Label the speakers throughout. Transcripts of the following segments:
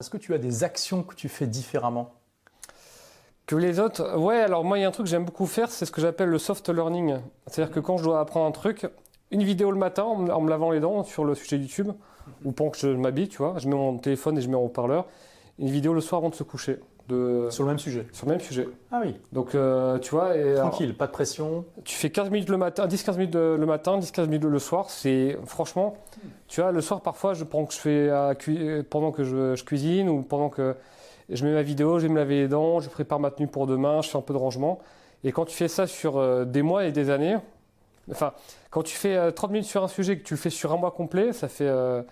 Speaker 1: Est-ce que tu as des actions que tu fais différemment
Speaker 2: que les autres Ouais, alors moi, il y a un truc que j'aime beaucoup faire, c'est ce que j'appelle le soft learning. C'est-à-dire que quand je dois apprendre un truc, une vidéo le matin en me, en me lavant les dents sur le sujet YouTube, ou pendant que je m'habille, tu vois, je mets mon téléphone et je mets en haut-parleur, une vidéo le soir avant de se coucher. De...
Speaker 1: Sur le même sujet
Speaker 2: Sur le même sujet.
Speaker 1: Ah oui.
Speaker 2: Donc, euh, tu vois, et, alors,
Speaker 1: Tranquille, pas de pression.
Speaker 2: tu fais 15 minutes le matin, 10-15 minutes euh, le matin, 10-15 minutes le soir. C'est franchement, tu vois, le soir parfois, je prends que je fais à cui- euh, pendant que je, je cuisine ou pendant que je mets ma vidéo, je vais me laver les dents, je prépare ma tenue pour demain, je fais un peu de rangement. Et quand tu fais ça sur euh, des mois et des années, enfin, quand tu fais euh, 30 minutes sur un sujet et que tu le fais sur un mois complet, ça fait, euh,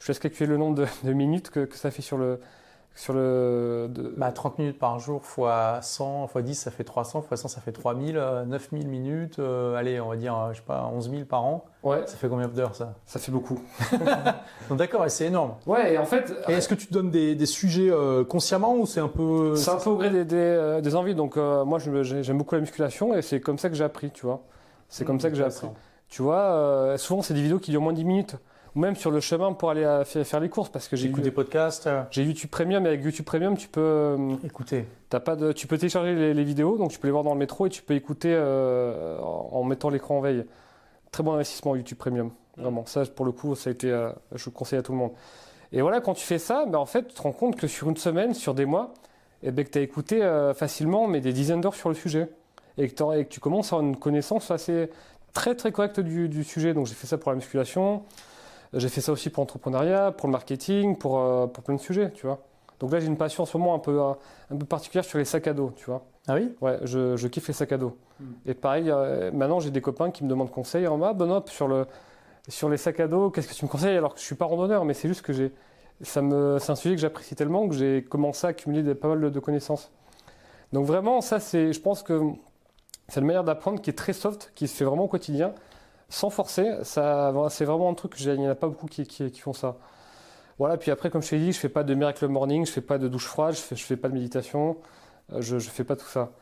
Speaker 2: je te laisse calculer le nombre de, de minutes que, que ça fait sur le, sur le. de-
Speaker 1: Bah, 30 minutes par jour fois 100, fois 10, ça fait 300, fois 100, ça fait 3000, euh, 9000 minutes, euh, allez, on va dire, euh, je sais pas, 11 000 par an.
Speaker 2: ouais,
Speaker 1: Ça fait combien d'heures ça
Speaker 2: ça fait beaucoup.
Speaker 1: Donc d'accord, et c'est énorme.
Speaker 2: Ah Ouais, et en fait,
Speaker 1: Et est-ce que tu te donnes des, des sujets euh, consciemment ou c'est un peu...
Speaker 2: C'est un peu au gré des, des, euh, des envies. Donc, euh, moi, je me- j'ai- j'aime beaucoup la musculation et c'est comme ça que j'ai appris, tu vois. C'est comme
Speaker 1: Mmh,
Speaker 2: ça que j'ai appris.
Speaker 1: intéressant.
Speaker 2: Tu vois, euh, souvent, c'est des vidéos qui durent moins de 10 minutes. Ou même sur le chemin pour aller à- faire faire les courses parce que j'ai
Speaker 1: J'écoute des podcasts. euh,
Speaker 2: j'ai YouTube Premium et avec YouTube Premium, tu peux, euh,
Speaker 1: Écoutez,
Speaker 2: t'as pas de, tu peux télécharger les, les vidéos, donc tu peux les voir dans le métro et tu peux écouter euh, en en mettant l'écran en veille. Très bon investissement YouTube Premium, vraiment. Ça, pour le coup, ça a été, euh, je le conseille à tout le monde. Et voilà, quand tu fais ça, ben, en fait, tu te rends compte que sur une semaine, sur des mois, eh ben, que tu as écouté euh, facilement mais des dizaines d'heures sur le sujet. Et que, t'en- et que tu commences à avoir une connaissance assez très très correcte du, du sujet. Donc j'ai fait ça pour la musculation, j'ai fait ça aussi pour l'entrepreneuriat, pour le marketing, pour, euh, pour plein de sujets, tu vois. Donc là j'ai une passion en ce moment un peu, euh, un peu particulière sur les sacs à dos, tu vois.
Speaker 1: ah oui
Speaker 2: Ouais, je, je kiffe les sacs à dos. Et pareil, euh, maintenant j'ai des copains qui me demandent conseil en bas, Benoît, sur, le, sur les sacs à dos, qu'est-ce que tu me conseilles alors que je suis pas randonneur, mais c'est juste que j'ai, ça me, c'est un sujet que j'apprécie tellement que j'ai commencé à accumuler des, pas mal de, de connaissances. Donc vraiment, ça c'est, je pense que c'est une manière d'apprendre qui est très soft, qui se fait vraiment au quotidien, sans forcer. Ça, c'est vraiment un truc que j'ai, il n'y en a pas beaucoup qui, qui, qui font ça. Voilà, puis après, comme je t'ai dit, je fais pas de miracle morning, je fais pas de douche froide, je fais, je fais pas de méditation, euh, je, je fais pas tout ça.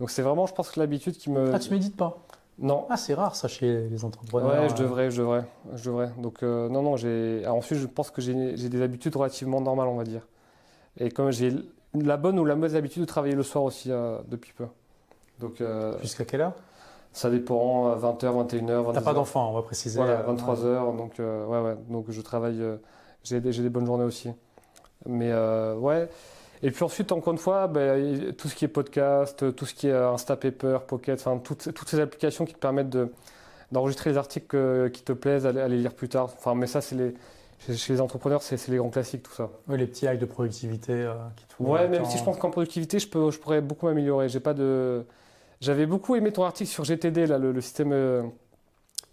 Speaker 2: Donc c'est vraiment, je pense que l'habitude qui me.
Speaker 1: Ah, tu médites pas
Speaker 2: Non.
Speaker 1: Ah, c'est rare ça chez les entrepreneurs.
Speaker 2: Ouais, je
Speaker 1: euh.
Speaker 2: devrais, je devrais, je devrais. Donc euh, non, non, j'ai. alors Ensuite, je pense que j'ai j'ai des habitudes relativement normales, on va dire. Et comme j'ai la bonne ou la mauvaise habitude de travailler le soir aussi euh, depuis peu. Donc euh,
Speaker 1: Jusqu'à quelle heure
Speaker 2: ça dépend, euh, 20h, 21h, 22h.
Speaker 1: T'as pas d'enfant, on va préciser.
Speaker 2: Voilà,
Speaker 1: euh,
Speaker 2: 23 heures, donc euh, ouais, ouais, donc je travaille, euh, j'ai des, j'ai des bonnes journées aussi. Mais euh, ouais. Et puis ensuite, encore une fois, ben, tout ce qui est podcast, tout ce qui est euh, Instapaper, Pocket, enfin toutes, toutes ces applications qui te permettent de, d'enregistrer les articles que- qui te plaisent, à, les- à les lire plus tard. Enfin, mais ça, c'est les, chez, chez les entrepreneurs, c'est, c'est les grands classiques, tout ça.
Speaker 1: Ouais, les petits hacks de productivité euh, qui te font
Speaker 2: Ouais,
Speaker 1: le
Speaker 2: même
Speaker 1: temps.
Speaker 2: si je pense qu'en productivité, je, peux, je pourrais beaucoup m'améliorer. J'ai pas de... J'avais beaucoup aimé ton article sur GTD, là, le, le système euh,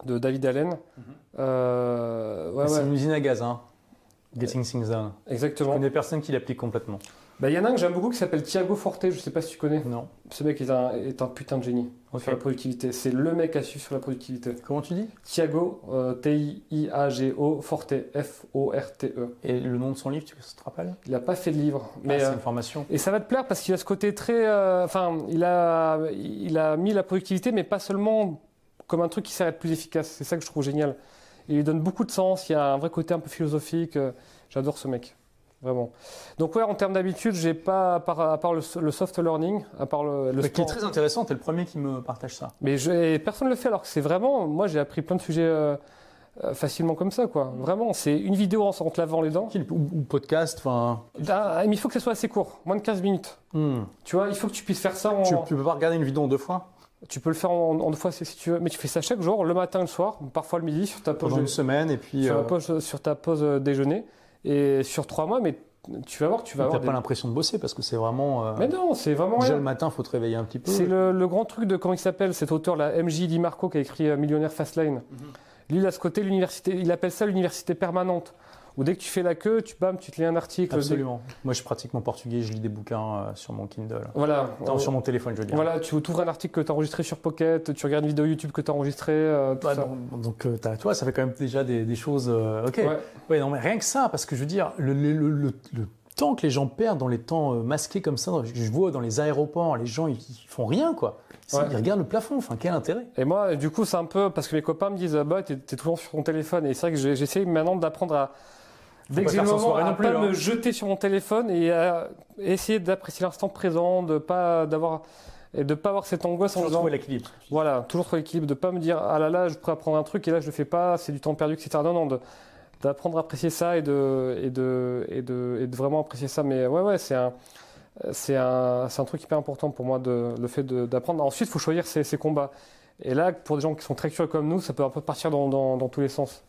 Speaker 2: de David Allen.
Speaker 1: Mhm.
Speaker 2: Euh, ouais, Euh,
Speaker 1: Mais C'est
Speaker 2: ouais,
Speaker 1: une usine à gaz, hein. Getting things done. Je
Speaker 2: exactement.
Speaker 1: connais personne qui l'applique complètement.
Speaker 2: Bah, Il y en a un que j'aime beaucoup qui s'appelle Thiago Forte, je sais pas si tu connais.
Speaker 1: Non.
Speaker 2: Ce mec est un, est un putain de génie
Speaker 1: Ok.
Speaker 2: sur la productivité. C'est le mec à suivre sur la productivité.
Speaker 1: Comment tu dis
Speaker 2: Thiago, euh, T-I-I-A-G-O, Forte, F-O-R-T-E.
Speaker 1: Et le nom de son livre, tu te rappelles
Speaker 2: E. Il a pas fait de livre.
Speaker 1: Ah,
Speaker 2: Mais,
Speaker 1: C'est
Speaker 2: euh,
Speaker 1: une formation.
Speaker 2: Et ça va te plaire parce qu'il a ce côté très. euh, Enfin, il, a, il a mis la productivité, mais pas seulement comme un truc qui sert à être plus efficace. C'est ça que je trouve génial. Il lui donne beaucoup de sens, il y a un vrai côté un peu philosophique. euh, J'adore ce mec, vraiment. Donc, ouais, en termes d'habitude, j'ai pas, à part, à part le, so- le soft learning, à part le, le
Speaker 1: Mais qui est
Speaker 2: sport.
Speaker 1: très intéressant, t'es le premier qui me partage ça.
Speaker 2: Mais je- et personne ne le fait alors que c'est vraiment. Moi, j'ai appris plein de sujets euh, euh, facilement comme ça, quoi. Vraiment, c'est une vidéo en, en te lavant les dents.
Speaker 1: Ou, ou podcast, enfin.
Speaker 2: Ah, mais il faut que ça soit assez court, moins de 15 minutes.
Speaker 1: hmm.
Speaker 2: Tu vois, il faut que tu puisses faire ça en.
Speaker 1: Tu, tu peux pas regarder une vidéo en deux fois
Speaker 2: Tu peux le faire en, en deux fois si si tu veux, mais tu fais ça chaque jour, le matin et le soir, parfois le midi sur ta pause,
Speaker 1: pendant une semaine et puis.
Speaker 2: sur la
Speaker 1: euh,
Speaker 2: pause- sur ta pause euh, déjeuner et sur trois mois, mais tu vas voir, tu vas
Speaker 1: T'as
Speaker 2: avoir.
Speaker 1: pas
Speaker 2: des-
Speaker 1: l'impression de bosser parce que c'est vraiment. euh,
Speaker 2: Mais non, c'est vraiment
Speaker 1: déjà
Speaker 2: rien.
Speaker 1: le matin, faut te réveiller un petit peu.
Speaker 2: C'est le, le grand truc de comment il s'appelle cet auteur là, MJ Di Marco qui a écrit euh, Millionnaire
Speaker 1: Mhm.
Speaker 2: Fastlane. Lui, il a ce côté l'université, il appelle ça l'université permanente. Où dès que tu fais la queue, tu bam, tu te lis un article.
Speaker 1: Absolument. Moi, je pratique mon portugais, je lis des bouquins euh, sur mon Kindle.
Speaker 2: Dès- Voilà.
Speaker 1: Attends, sur mon téléphone, je veux dire.
Speaker 2: Voilà, tu ouvres un article que tu as enregistré sur Pocket, tu regardes une vidéo YouTube que tu as enregistrée. euh, tout
Speaker 1: Bah,
Speaker 2: ça.
Speaker 1: donc, donc, euh, t'as- tu vois, ça fait quand même déjà des, des choses. euh, ok.
Speaker 2: Ouais.
Speaker 1: Ouais, non, mais rien que ça, parce que je veux dire, le, le- le- le- le temps que les gens perdent dans les temps euh, masqués comme ça, je, je vois dans les aéroports, les gens, ils, ils font rien, quoi. C'est-
Speaker 2: Ouais.
Speaker 1: Ils regardent le plafond, enfin, quel intérêt
Speaker 2: Et moi, du coup, c'est euh, un peu parce que mes copains me disent, ah bah, t'es t'es toujours sur ton téléphone. Et c'est vrai que j'ai- j'essaie maintenant d'apprendre à. Dès
Speaker 1: pas
Speaker 2: que j'ai
Speaker 1: faire
Speaker 2: le
Speaker 1: sans
Speaker 2: moment,
Speaker 1: soirée
Speaker 2: à
Speaker 1: non plus,
Speaker 2: pas
Speaker 1: hein.
Speaker 2: me jeter sur mon téléphone et à essayer d'apprécier l'instant présent, de pas d'avoir et de pas avoir cette angoisse en
Speaker 1: Sans
Speaker 2: disant
Speaker 1: trouver l'équilibre.
Speaker 2: voilà, toujours trouver l'équilibre, de pas me dire ah là là, je pourrais apprendre un truc et là je le fais pas, c'est du temps perdu, etc. Non, non, de- d'apprendre à apprécier ça et de, et, de, et, de, et de vraiment apprécier ça. Mais ouais, ouais, c'est un, c'est un, c'est un truc hyper important pour moi, de, le fait de- d'apprendre. Ensuite, il faut choisir ses, ses combats. Et là, pour des gens qui sont très curieux comme nous, ça peut un peu partir dans, dans, dans tous les sens.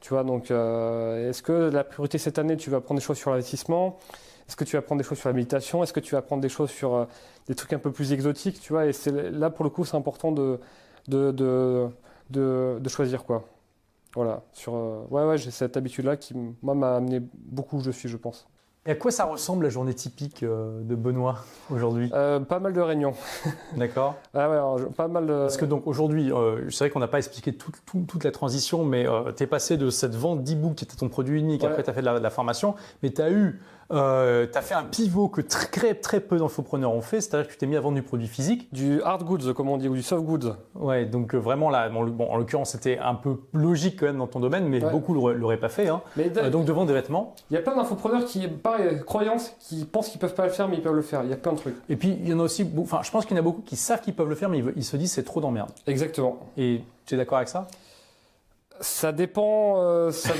Speaker 2: Tu vois, donc euh, est-ce que la priorité cette année, tu vas prendre des choses sur l'investissement Est-ce que tu vas prendre des choses sur la méditation Est-ce que tu vas prendre des choses sur euh, des trucs un peu plus exotiques Tu vois, et c'est là pour le coup, c'est important de, de, de, de, de choisir quoi. Voilà, sur euh, ouais ouais, j'ai cette habitude là qui m- moi m'a amené beaucoup où je suis, je pense.
Speaker 1: Et à quoi ça ressemble la journée typique euh, de Benoît aujourd'hui
Speaker 2: Euh, pas mal de réunions.
Speaker 1: D'accord
Speaker 2: Ah ouais, alors, je- pas mal de-
Speaker 1: Parce que donc aujourd'hui, euh, c'est vrai qu'on n'a pas expliqué toute- toute- toute la transition, mais tu es passé de cette vente d'e-book qui était ton produit unique,
Speaker 2: Ouais.
Speaker 1: après tu as fait de la, de la formation, mais tu as eu, tu as fait un pivot que tr- très, très peu d'infopreneurs ont fait, c'est-à-dire que tu t'es mis à vendre du produit physique.
Speaker 2: du hard goods comme on dit ou du soft goods.
Speaker 1: Ouais, donc euh, vraiment là, bon, le- bon, en l'occurrence c'était un peu logique quand même dans ton domaine, mais
Speaker 2: Ouais.
Speaker 1: beaucoup l'auraient- l'auraient pas fait. Hein.
Speaker 2: Mais
Speaker 1: Euh, donc de vendre des vêtements.
Speaker 2: il y a plein d'infopreneurs qui pareil, croyances qui pensent qu'ils peuvent pas le faire mais ils peuvent le faire. Il y a plein de trucs.
Speaker 1: Et puis il y en a aussi, beau- enfin je pense qu'il y en a beaucoup qui savent qu'ils peuvent le faire, mais ils, ve- ils se disent c'est trop d'emmerde.
Speaker 2: Exactement.
Speaker 1: Et tu es d'accord avec ça
Speaker 2: Ça dépend euh, ça,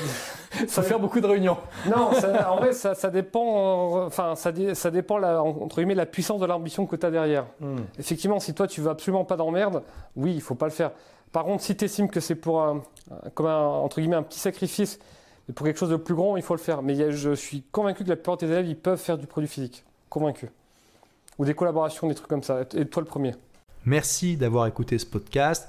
Speaker 2: ça
Speaker 1: Ça fait beaucoup de réunions.
Speaker 2: Non, ça- en vrai, ça, ça dépend. euh, Enfin, ça, dé- ça dépend la, entre guillemets la puissance de l'ambition que tu as derrière.
Speaker 1: Hmm.
Speaker 2: Effectivement, si toi tu veux absolument pas d'emmerde, oui, il faut pas le faire. Par contre, si tu estimes que c'est pour un, un- comme un, entre guillemets un petit sacrifice, mais pour quelque chose de plus grand, il faut le faire. Mais il y a- je suis convaincu que la plupart des élèves ils peuvent faire du produit physique, convaincu. Ou des collaborations, des trucs comme ça. Et toi le premier.
Speaker 3: Merci d'avoir écouté ce podcast.